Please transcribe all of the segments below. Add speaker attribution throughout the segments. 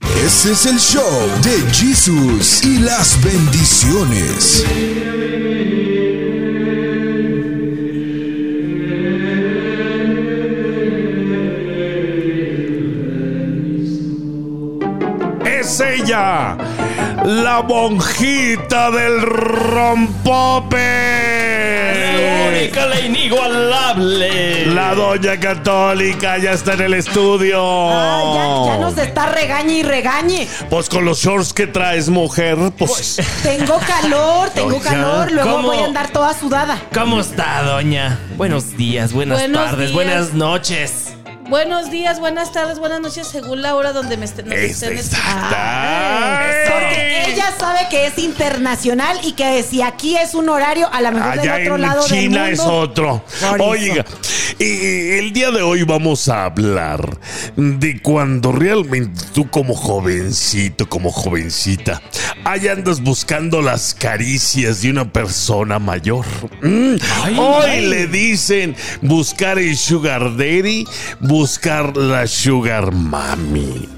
Speaker 1: Ese Este es el show de Jesús y las bendiciones.
Speaker 2: Es ella, la monjita del rompope.
Speaker 3: única, la inigualable.
Speaker 2: La doña católica ya está en el estudio.
Speaker 4: Ay, Ah, ya,
Speaker 2: Oh.
Speaker 4: ya nos está regañe y regañe.
Speaker 2: Pues con los shorts que traes, mujer, pues
Speaker 4: Tengo calor, tengo calor. Luego
Speaker 3: ¿cómo?
Speaker 4: voy a andar toda sudada.
Speaker 3: ¿Cómo está, doña? Buenos días, buenas
Speaker 5: Buenos
Speaker 3: tardes,
Speaker 5: días.
Speaker 3: buenas noches.
Speaker 5: Buenos días, buenas tardes, buenas noches, según la hora donde me estén, nos
Speaker 2: Este es
Speaker 5: estén escuchando.
Speaker 2: exacta.
Speaker 4: Porque ella sabe que es internacional y que si aquí es un horario, a lo mejor
Speaker 2: Allá
Speaker 4: del otro
Speaker 2: en
Speaker 4: lado
Speaker 2: China
Speaker 4: del
Speaker 2: es
Speaker 4: mundo.
Speaker 2: otro.
Speaker 4: Por eso.
Speaker 2: Oiga, y- y el día de hoy vamos a hablar de cuando realmente tú como jovencito, como jovencita, ahí andas buscando las caricias de una persona mayor. Mm, hoy le dicen buscar el sugar daddy, buscar la sugar mami.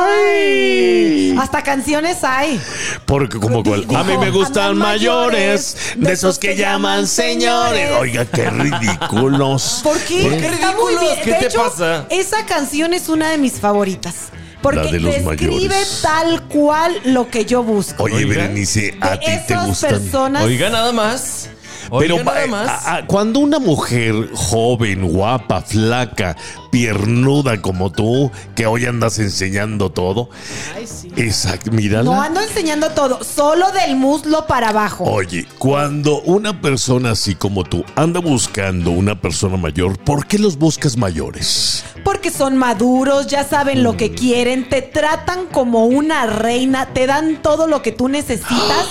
Speaker 2: ¡Ay!
Speaker 4: Hasta canciones hay.
Speaker 2: Porque como cual-
Speaker 4: Dijo,
Speaker 2: a mí me gustan
Speaker 4: andan
Speaker 2: mayores, de esos que llaman señores. Oiga, qué ridículos.
Speaker 4: ¿Por qué?
Speaker 3: ¿Por qué
Speaker 4: Está muy
Speaker 3: ridículos?
Speaker 4: bien.
Speaker 3: ¿Qué
Speaker 4: de
Speaker 3: te
Speaker 4: hecho,
Speaker 3: pasa?
Speaker 4: Esa canción es una de mis favoritas. Porque
Speaker 2: de los
Speaker 4: describe
Speaker 2: mayores.
Speaker 4: tal cual lo que yo busco.
Speaker 2: Oye,
Speaker 3: Oiga.
Speaker 2: Berenice, a
Speaker 4: De
Speaker 2: ti te
Speaker 4: esas
Speaker 2: gustan.
Speaker 4: personas.
Speaker 3: Oiga nada más. Oiga
Speaker 2: Pero
Speaker 3: nada
Speaker 2: eh,
Speaker 3: más.
Speaker 2: a- a- cuando una mujer joven, guapa, flaca, piernuda como tú, que hoy andas enseñando todo,
Speaker 5: Ay, sí.
Speaker 2: exacto, mírala.
Speaker 4: No ando enseñando todo, solo del muslo para abajo.
Speaker 2: Oye, cuando una persona así como tú anda buscando una persona mayor, ¿por qué los buscas mayores?
Speaker 4: Porque son maduros, ya saben lo que quieren, te tratan como una reina, te dan todo lo que tú necesitas.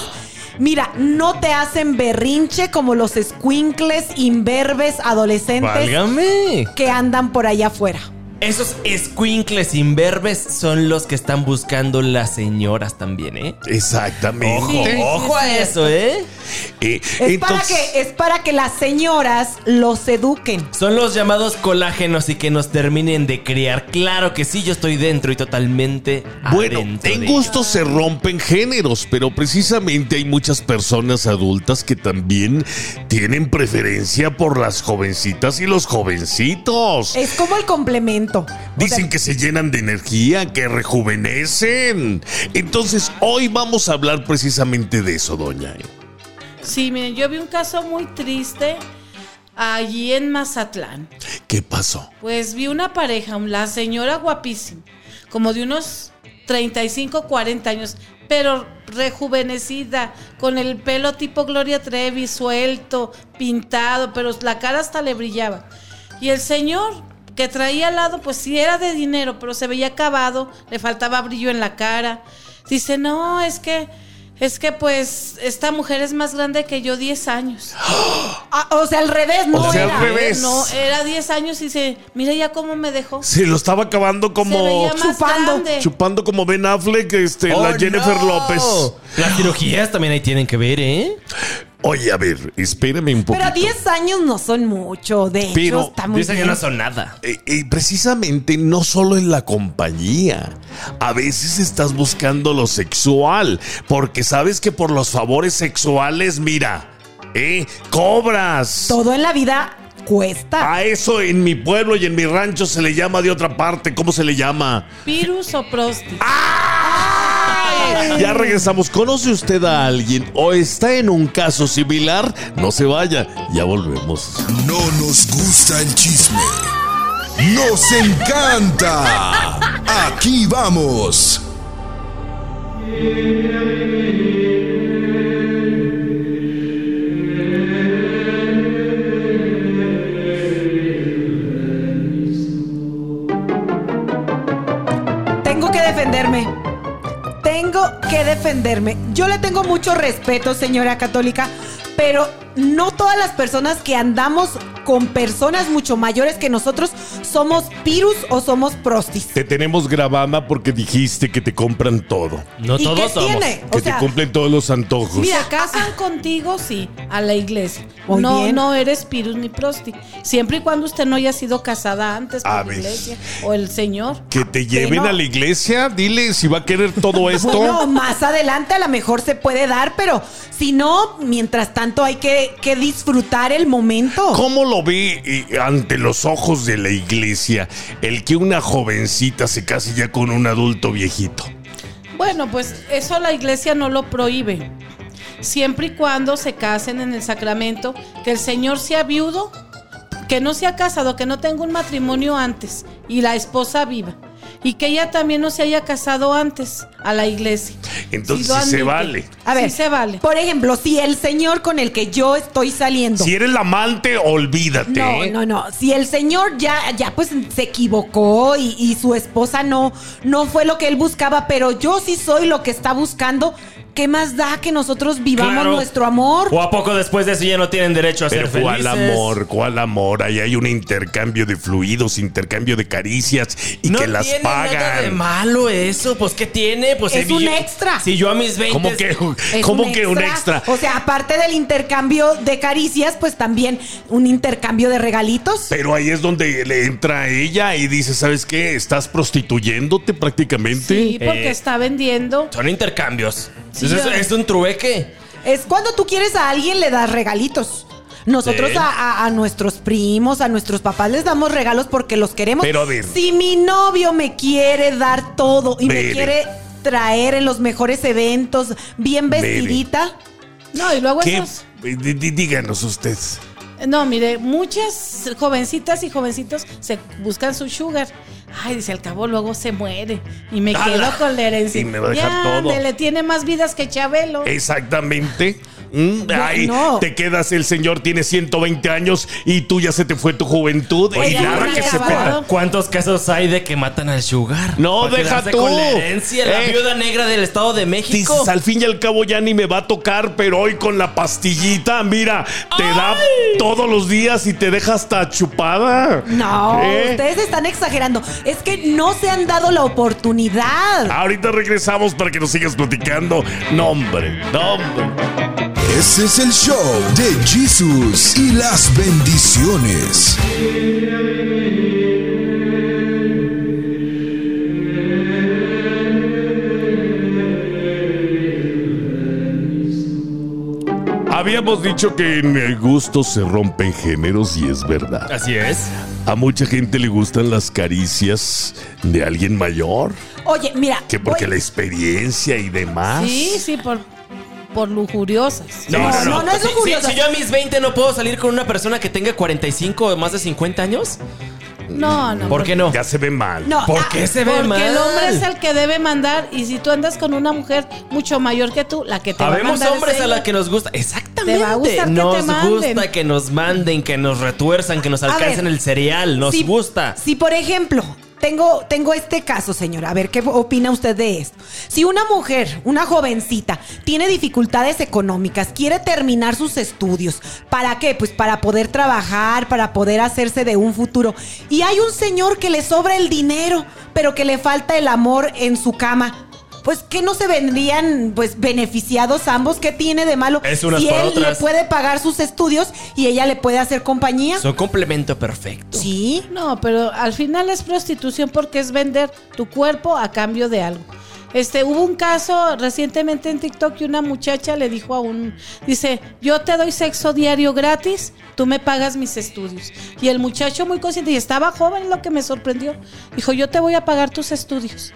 Speaker 4: Mira, no te hacen berrinche como los escuincles, imberbes, adolescentes
Speaker 3: Válgame.
Speaker 4: que andan por allá afuera.
Speaker 3: Esos squinkles imberbes son los que están buscando las señoras también, ¿eh?
Speaker 2: Exactamente.
Speaker 3: Ojo, ojo a eso, ¿eh?
Speaker 2: Eh,
Speaker 4: Es, para que, es para que las señoras los eduquen.
Speaker 3: Son los llamados colágenos y que nos terminen de criar. Claro que sí, yo estoy dentro y totalmente
Speaker 2: Bueno,
Speaker 3: adentro
Speaker 2: en
Speaker 3: de-
Speaker 2: gusto se rompen géneros, pero precisamente hay muchas personas adultas que también tienen preferencia por las jovencitas y los jovencitos.
Speaker 4: Es como el complemento. Eh, O sea,
Speaker 2: Dicen que se llenan de energía, que rejuvenecen. Entonces, hoy vamos a hablar precisamente de eso, doña.
Speaker 5: Sí, miren, yo vi un caso muy triste allí en Mazatlán.
Speaker 2: ¿Qué pasó?
Speaker 5: Pues vi una pareja, la señora guapísima, como de unos 35, 40 años, pero rejuvenecida, con el pelo tipo Gloria Trevi, suelto, pintado, pero la cara hasta le brillaba. Y el señor que traía al lado, pues sí era de dinero, pero se veía acabado, le faltaba brillo en la cara. Dice, no, es que, es que pues esta mujer es más grande que yo 10 años.
Speaker 4: ah, o sea, al revés, no eh.
Speaker 2: sea, al
Speaker 4: era.
Speaker 2: revés. ¿Ves?
Speaker 5: No, era 10 años y dice, mira ya cómo me dejó.
Speaker 2: Se lo estaba acabando
Speaker 5: Se
Speaker 2: como
Speaker 5: veía más
Speaker 4: chupando,
Speaker 5: grande.
Speaker 2: chupando como Ben Affleck, este,
Speaker 3: ¡Oh,
Speaker 2: la Jennifer
Speaker 3: no!
Speaker 2: López.
Speaker 3: Las cirugías también ahí tienen que ver, ¿eh?
Speaker 2: Oye, a ver, espérame un poco.
Speaker 4: Pero 10 años no son mucho, de hecho,
Speaker 2: Pero
Speaker 4: está Ah, muy
Speaker 3: Dice que
Speaker 4: bien.
Speaker 3: no son nada.
Speaker 2: Eh, eh, precisamente no solo en la compañía. A veces estás buscando lo sexual, porque sabes que por los favores sexuales, mira, eh, cobras.
Speaker 4: Todo en la vida cuesta.
Speaker 2: A eso en mi pueblo y en mi rancho se le llama de otra parte. ¿Cómo se le llama?
Speaker 5: Virus o prosti.
Speaker 2: Ya regresamos. ¿Conoce usted a alguien o está en un caso similar? No se vaya, ya volvemos.
Speaker 1: No nos gusta el chisme. Nos encanta. Aquí vamos.
Speaker 4: Tengo que defenderme. Tengo que defenderme. Yo le tengo mucho respeto, señora católica, pero no todas las personas que andamos con personas mucho mayores que nosotros, somos pirus o somos prostis.
Speaker 2: Te tenemos grabada porque dijiste que te compran todo.
Speaker 3: No
Speaker 4: ¿Y
Speaker 3: todos
Speaker 4: qué
Speaker 3: somos.
Speaker 4: tiene?
Speaker 2: Que
Speaker 4: O sea,
Speaker 2: te cumplen todos los antojos.
Speaker 5: Mira, casan contigo, sí, a la iglesia.
Speaker 4: Muy
Speaker 5: no,
Speaker 4: bien.
Speaker 5: no eres pirus ni prosti. Siempre y cuando usted no haya sido casada antes por
Speaker 2: A
Speaker 5: la
Speaker 2: ver.
Speaker 5: iglesia o el señor.
Speaker 2: que te lleven
Speaker 4: no.
Speaker 2: a la iglesia, dile si va a querer todo esto.
Speaker 4: Bueno, más adelante a lo mejor se puede dar, pero si no, mientras tanto hay que, que disfrutar el momento.
Speaker 2: ¿Cómo lo ve eh, ante los ojos de la iglesia el que una jovencita se case ya con un adulto viejito?
Speaker 5: Bueno, pues eso la iglesia no lo prohíbe. Siempre y cuando se casen en el sacramento, que el señor sea viudo, que no sea casado, que no tenga un matrimonio antes y la esposa viva. Y que ella también no se haya casado antes a la iglesia.
Speaker 2: Entonces
Speaker 5: lo
Speaker 2: sí se
Speaker 5: admite.
Speaker 2: vale.
Speaker 4: A ver,
Speaker 5: Sí se vale.
Speaker 4: por ejemplo, si el señor con el que yo estoy saliendo.
Speaker 2: Si eres la amante, olvídate.
Speaker 4: No,
Speaker 2: ¿eh?
Speaker 4: no, no. Si el señor ya, ya pues se equivocó y, y su esposa no, no fue lo que él buscaba, pero yo sí soy lo que está buscando. ¿Qué más da que nosotros vivamos
Speaker 3: Claro.
Speaker 4: nuestro amor?
Speaker 3: ¿O a poco después de eso ya no tienen derecho a
Speaker 2: Pero
Speaker 3: ser
Speaker 2: cuál
Speaker 3: felices?
Speaker 2: amor, cuál amor. Ahí hay un intercambio de fluidos, intercambio de caricias y
Speaker 3: no
Speaker 2: que las
Speaker 3: tiene nada de
Speaker 2: pagan.
Speaker 3: malo eso. Pues, ¿qué tiene? Pues,
Speaker 4: Es
Speaker 3: si
Speaker 4: un
Speaker 3: yo-
Speaker 4: extra.
Speaker 3: Si yo a mis 20...
Speaker 2: ¿Cómo que,
Speaker 4: Es
Speaker 2: ¿cómo que un extra?
Speaker 4: O sea, aparte del intercambio de caricias, pues también un intercambio de regalitos.
Speaker 2: Pero ahí es donde le entra ella y dice, ¿sabes qué? Estás prostituyéndote prácticamente.
Speaker 5: Sí, porque
Speaker 3: Eh.
Speaker 5: está vendiendo.
Speaker 3: Son intercambios.
Speaker 5: Sí,
Speaker 3: Entonces,
Speaker 5: yo-
Speaker 3: es, un trueque.
Speaker 4: Es cuando tú quieres a alguien le das regalitos. Nosotros
Speaker 3: Sí.
Speaker 4: a, a- a nuestros primos, a nuestros papás les damos regalos porque los queremos.
Speaker 2: Pero a ver.
Speaker 4: Si mi novio me quiere dar todo y
Speaker 2: Mire.
Speaker 4: me quiere traer en los mejores eventos, bien
Speaker 2: Mire.
Speaker 4: vestidita.
Speaker 5: No, y luego
Speaker 2: ¿Qué?
Speaker 5: esos.
Speaker 2: Dí- dí- Díganos ustedes.
Speaker 5: No, mire, muchas jovencitas y jovencitos se buscan su sugar. Ay, dice, al cabo luego se muere. Y me
Speaker 2: ¡Hala!
Speaker 5: quedo con la herencia.
Speaker 2: Y me va a dejar
Speaker 5: Ya,
Speaker 2: todo.
Speaker 5: ándele, tiene más vidas que Chabelo.
Speaker 2: Exactamente. Mm, ahí
Speaker 4: no.
Speaker 2: te quedas, el señor tiene 120 años y tú ya se te fue tu juventud. y
Speaker 5: Oye,
Speaker 2: nada
Speaker 5: ya
Speaker 2: que
Speaker 5: me
Speaker 2: se
Speaker 5: acabaron.
Speaker 2: peta.
Speaker 5: Claro.
Speaker 3: ¿Cuántos casos hay de que matan al sugar?
Speaker 2: No,
Speaker 3: Para
Speaker 2: deja
Speaker 3: quedarse
Speaker 2: tú.
Speaker 3: Con la herencia, la
Speaker 2: Eh.
Speaker 3: viuda negra del Estado de México.
Speaker 2: Dices, al fin y al cabo ya ni me va a tocar, pero hoy con la pastillita, mira, te da todos los días y te deja hasta chupada.
Speaker 4: No,
Speaker 2: ¿Eh?
Speaker 4: ustedes están exagerando. Es que no se han dado la oportunidad.
Speaker 2: Ahorita regresamos para que nos sigas platicando. No, hombre, no, hombre.
Speaker 1: Ese Este es el show de Jesús y las bendiciones.
Speaker 2: Habíamos dicho que en el gusto se rompen géneros y es verdad.
Speaker 3: Así es.
Speaker 2: A mucha gente le gustan las caricias de alguien mayor,
Speaker 4: Oye, mira.
Speaker 2: que porque
Speaker 4: voy-
Speaker 2: la experiencia y demás.
Speaker 5: Sí, sí, por, por lujuriosas.
Speaker 4: No, no, no, es lo
Speaker 3: Si-
Speaker 4: curioso.
Speaker 3: Si, si yo a mis 20 no puedo salir con una persona que tenga 45 o más de 50 años,
Speaker 5: No, no.
Speaker 3: ¿por qué no?
Speaker 2: Ya se ve mal.
Speaker 4: No,
Speaker 3: ¿Por
Speaker 4: ah,
Speaker 3: qué se ve
Speaker 5: Porque
Speaker 3: mal?
Speaker 5: el hombre es el que debe mandar. Y si tú andas con una mujer mucho mayor que tú, la que te va a
Speaker 3: Habemos
Speaker 5: mandar. es
Speaker 3: hombres a
Speaker 5: ella.
Speaker 3: la que nos gusta. Exactamente.
Speaker 5: Te va a gustar que
Speaker 3: nos
Speaker 5: te manden.
Speaker 3: gusta que nos manden, que nos retuerzan, que nos
Speaker 4: ver,
Speaker 3: alcancen el cereal. Nos
Speaker 4: si-
Speaker 3: gusta.
Speaker 4: Si, por ejemplo, tengo, tengo este caso, señora, a ver qué opina usted de esto. Si una mujer, una jovencita, tiene dificultades económicas, quiere terminar sus estudios, ¿para qué? Pues para poder trabajar, para poder hacerse de un futuro. Y hay un señor que le sobra el dinero, pero que le falta el amor en su cama. Pues que no se vendrían pues beneficiados ambos, ¿qué tiene de malo?
Speaker 3: Es unas
Speaker 4: si
Speaker 3: por
Speaker 4: él le
Speaker 3: otras.
Speaker 4: puede pagar sus estudios y ella le puede hacer compañía.
Speaker 3: Son complemento perfecto.
Speaker 4: sí.
Speaker 5: No, pero al final es prostitución porque es vender tu cuerpo a cambio de algo. Este, hubo un caso recientemente en TikTok que una muchacha le dijo a un, dice, yo te doy sexo diario gratis, tú me pagas mis estudios. Y el muchacho muy consciente, y estaba joven, es lo que me sorprendió, dijo, yo te voy a pagar tus estudios,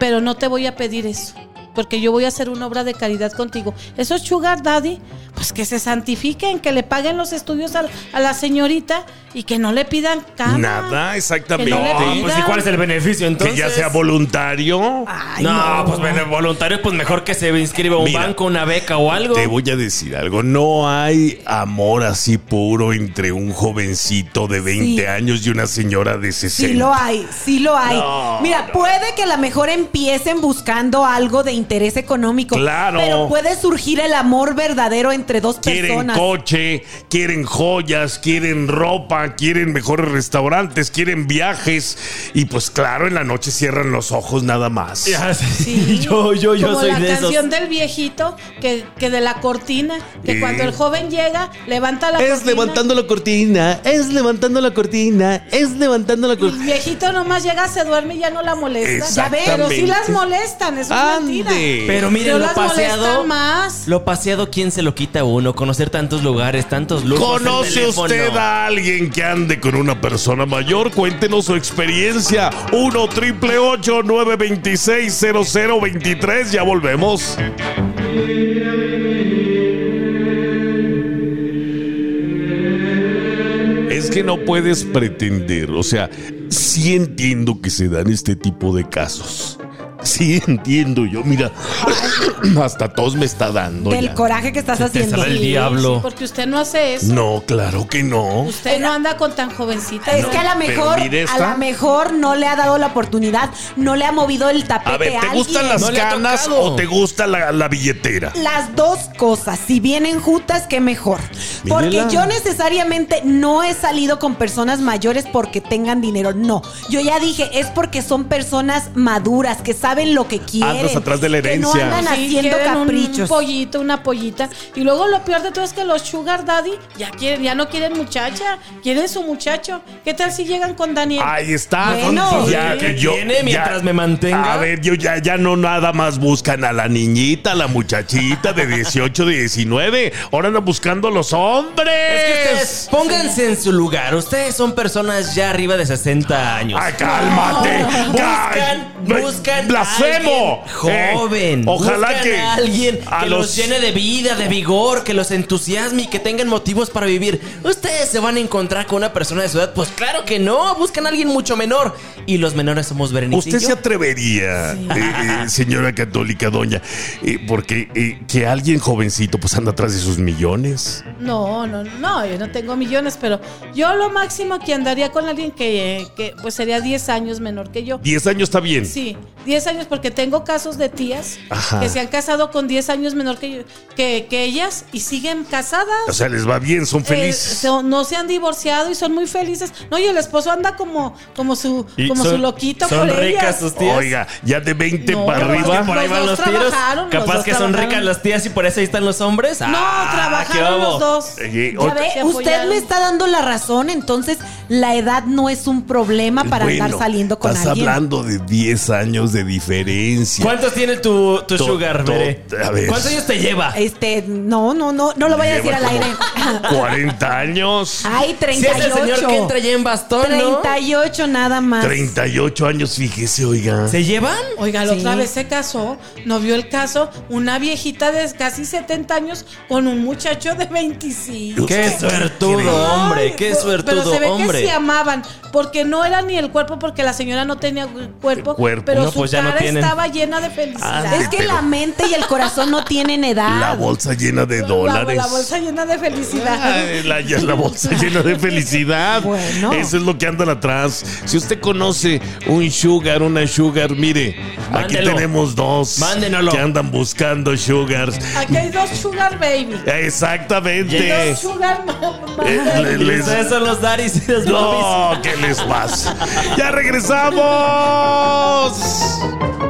Speaker 5: pero no te voy a pedir eso, porque yo voy a hacer una obra de caridad contigo. Esos sugar daddy, pues que se santifiquen, que le paguen los estudios al- a, la señorita y que no le pidan cama.
Speaker 2: Nada, exactamente.
Speaker 5: Que no le
Speaker 3: Ah,
Speaker 5: pidan.
Speaker 3: pues ¿y cuál es el beneficio entonces?
Speaker 2: Que ya sea voluntario.
Speaker 4: Ay,
Speaker 3: no, pues bene- voluntario, pues mejor que se inscriba a un
Speaker 2: Mira,
Speaker 3: banco, una beca o algo.
Speaker 2: Te voy a decir algo, no hay amor así puro entre un jovencito de 20
Speaker 4: Sí.
Speaker 2: años y una señora de 60.
Speaker 4: Sí lo hay, sí lo hay.
Speaker 2: No,
Speaker 4: Mira,
Speaker 2: no.
Speaker 4: puede que a lo mejor empiecen buscando algo de interés económico.
Speaker 2: Claro.
Speaker 4: Pero puede surgir el amor verdadero entre entre dos
Speaker 2: Quieren
Speaker 4: personas.
Speaker 2: coche, quieren joyas, quieren ropa, quieren mejores restaurantes, quieren viajes. Y pues claro, en la noche cierran los ojos nada más.
Speaker 3: Ya,
Speaker 5: Sí.
Speaker 3: Yo, yo, yo
Speaker 5: Como
Speaker 3: soy
Speaker 5: la
Speaker 3: de esos.
Speaker 5: canción del viejito que, que de la cortina, que
Speaker 2: Eh.
Speaker 5: cuando el joven llega, levanta la
Speaker 3: Es
Speaker 5: cortina.
Speaker 3: levantando la cortina, es levantando la cortina, es levantando la
Speaker 5: y El
Speaker 3: cortina.
Speaker 5: viejito nomás llega, se duerme y ya no la molesta. Ya ve,
Speaker 2: Exactamente.
Speaker 5: pero sí las molestan, es una mentira.
Speaker 2: Ande.
Speaker 3: Pero
Speaker 5: No
Speaker 3: miren, lo
Speaker 5: las molestan
Speaker 3: paseado.
Speaker 5: más.
Speaker 3: Lo paseado, ¿quién se lo quita a uno? Conocer tantos lugares, tantos lujos. el
Speaker 2: ¿Conoce
Speaker 3: teléfono.
Speaker 2: usted a alguien que ande con una persona mayor? Cuéntenos su experiencia. 1 triple 926 0023. Ya volvemos. Es que no puedes pretender, o sea, sí entiendo que se dan este tipo de casos. Sí entiendo yo, mira, hasta tos me está dando.
Speaker 4: Del
Speaker 2: ya.
Speaker 4: coraje que estás
Speaker 3: te
Speaker 4: haciendo.
Speaker 3: sale el
Speaker 5: Sí,
Speaker 3: diablo.
Speaker 5: sí, porque usted no hace eso.
Speaker 2: No, claro que no.
Speaker 5: Usted no anda con tan jovencita.
Speaker 4: Es
Speaker 5: ¿no?
Speaker 4: que a lo
Speaker 2: pero
Speaker 4: mejor,
Speaker 2: mire
Speaker 4: a
Speaker 2: esta.
Speaker 4: lo mejor no le ha dado la oportunidad, no le ha movido el tapete
Speaker 2: A ver, ¿te
Speaker 4: alguien.
Speaker 2: gustan las
Speaker 3: No le ha
Speaker 2: canas
Speaker 3: tocado.
Speaker 2: o te gusta la, la billetera?
Speaker 4: Las dos cosas, si vienen juntas, qué mejor. Porque
Speaker 3: Mírela.
Speaker 4: yo necesariamente no he salido con personas mayores porque tengan dinero. No, yo ya dije, es porque son personas maduras, que saben lo que quieren.
Speaker 2: Andas atrás de la
Speaker 4: que no
Speaker 2: herencia.
Speaker 4: andan
Speaker 5: Sí,
Speaker 4: haciendo
Speaker 5: quieren un
Speaker 4: caprichos.
Speaker 5: pollito, una pollita. Y luego lo peor de todo es que los sugar daddy ya quieren, ya no quieren muchacha, quieren su muchacho. ¿Qué tal si llegan con Daniel?
Speaker 2: Ahí está.
Speaker 4: Bueno,
Speaker 2: Pues
Speaker 3: sí. Viene mientras me mantenga.
Speaker 2: A ver, yo ya, ya no nada más buscan a la niñita, a la muchachita de 18, 19. Ahora andan buscando a los hombres.
Speaker 3: Es que ustedes, pónganse en su lugar. Ustedes son personas ya arriba de 60 años.
Speaker 2: Ay, cálmate.
Speaker 3: Buscan,
Speaker 2: Ay,
Speaker 3: buscan
Speaker 2: Blasfemo.
Speaker 3: a alguien joven.
Speaker 2: Eh, ojalá
Speaker 3: Buscan
Speaker 2: que.
Speaker 3: a alguien
Speaker 2: a
Speaker 3: que los... llene de vida, de vigor, que los entusiasme y que tengan motivos para vivir. Ustedes se van a encontrar con una persona de su edad, pues claro que no. Buscan a alguien mucho menor y los menores somos Berenice. y
Speaker 2: ¿Usted se
Speaker 3: yo.
Speaker 2: atrevería, eh, eh, señora católica doña, eh, porque eh, que alguien jovencito pues anda atrás de sus millones?
Speaker 5: No, no, no, yo no tengo millones, pero yo lo máximo que andaría con alguien que, que, pues sería 10 años menor que yo.
Speaker 2: 10 años está bien.
Speaker 5: Sí, 10 años, porque tengo casos de tías
Speaker 2: Ajá.
Speaker 5: que se han casado con 10 años menor que, yo- que, que ellas y siguen casadas.
Speaker 2: O sea, les va bien, son
Speaker 5: Eh,
Speaker 2: felices.
Speaker 5: son- no se han divorciado y son muy felices. No, y el esposo anda como, como su,
Speaker 3: Y
Speaker 5: como su
Speaker 3: son-
Speaker 5: loquito
Speaker 3: son
Speaker 5: por
Speaker 3: ricas
Speaker 5: ellas.
Speaker 3: sus tías.
Speaker 2: Oiga, ya de 20
Speaker 5: No,
Speaker 2: para
Speaker 5: capaz
Speaker 2: arriba.
Speaker 5: que por ahí Los van dos los tiros. trabajaron, los
Speaker 3: Capaz
Speaker 5: dos
Speaker 3: que son
Speaker 5: trabajaron.
Speaker 3: ricas las tías y por eso ahí están los hombres. Ah,
Speaker 5: No, trabajaron los dos.
Speaker 2: Eh,
Speaker 4: Ya ve, usted
Speaker 5: Se apoyaron.
Speaker 4: me está dando la razón, entonces la edad no es un problema para
Speaker 2: Bueno,
Speaker 4: andar saliendo con
Speaker 2: estás
Speaker 4: alguien.
Speaker 2: hablando de 10 años de diferencia.
Speaker 3: ¿Cuántos tiene tu, tu
Speaker 2: To-
Speaker 3: sugar,
Speaker 2: to-
Speaker 3: Bere?
Speaker 2: a ver.
Speaker 3: ¿Cuántos años te lleva?
Speaker 5: Eh,
Speaker 4: Este, no, no, no, no lo voy a decir
Speaker 2: Lleva
Speaker 4: al aire. Ah,
Speaker 2: como 40 años.
Speaker 4: Ay,
Speaker 3: Si es
Speaker 4: 38.
Speaker 3: el señor que entra ya en bastón, ¿no?
Speaker 4: 38 nada más.
Speaker 2: 38 años, fíjese, oiga.
Speaker 3: ¿Se llevan?
Speaker 5: Oiga, la
Speaker 4: Sí.
Speaker 5: otra vez se casó, no vio el caso, una viejita de casi 70 años con un muchacho de 25.
Speaker 3: Qué
Speaker 5: Ay,
Speaker 3: suertudo, hombre, qué
Speaker 5: pero- Pero se ve
Speaker 3: suertudo,
Speaker 5: que
Speaker 3: hombre.
Speaker 5: se amaban, porque no era ni el cuerpo, porque la señora no tenía cuerpo,
Speaker 2: cuerpo.
Speaker 5: pero
Speaker 3: No,
Speaker 5: su
Speaker 3: pues ya no
Speaker 5: cara
Speaker 3: tienen.
Speaker 5: estaba llena de felicidad.
Speaker 2: Ah,
Speaker 4: Es que la mente y el corazón no tienen edad.
Speaker 2: La bolsa llena de
Speaker 5: La-
Speaker 2: dólares.
Speaker 5: La, bolsa llena de felicidad.
Speaker 2: Ay, La, ya la bolsa llena de felicidad.
Speaker 4: Bueno.
Speaker 2: Eso es lo que andan atrás. Si usted conoce un sugar, una sugar, mire, aquí
Speaker 3: Mándelo.
Speaker 2: tenemos dos
Speaker 3: Mándenolo.
Speaker 2: que andan buscando sugars.
Speaker 5: Aquí hay dos sugar baby.
Speaker 2: Exactamente.
Speaker 5: Dos sugar ma- ma-
Speaker 2: Eh, le- les-
Speaker 3: Ustedes son los daris y los
Speaker 2: No, ¿qué les pasa? Ya regresamos.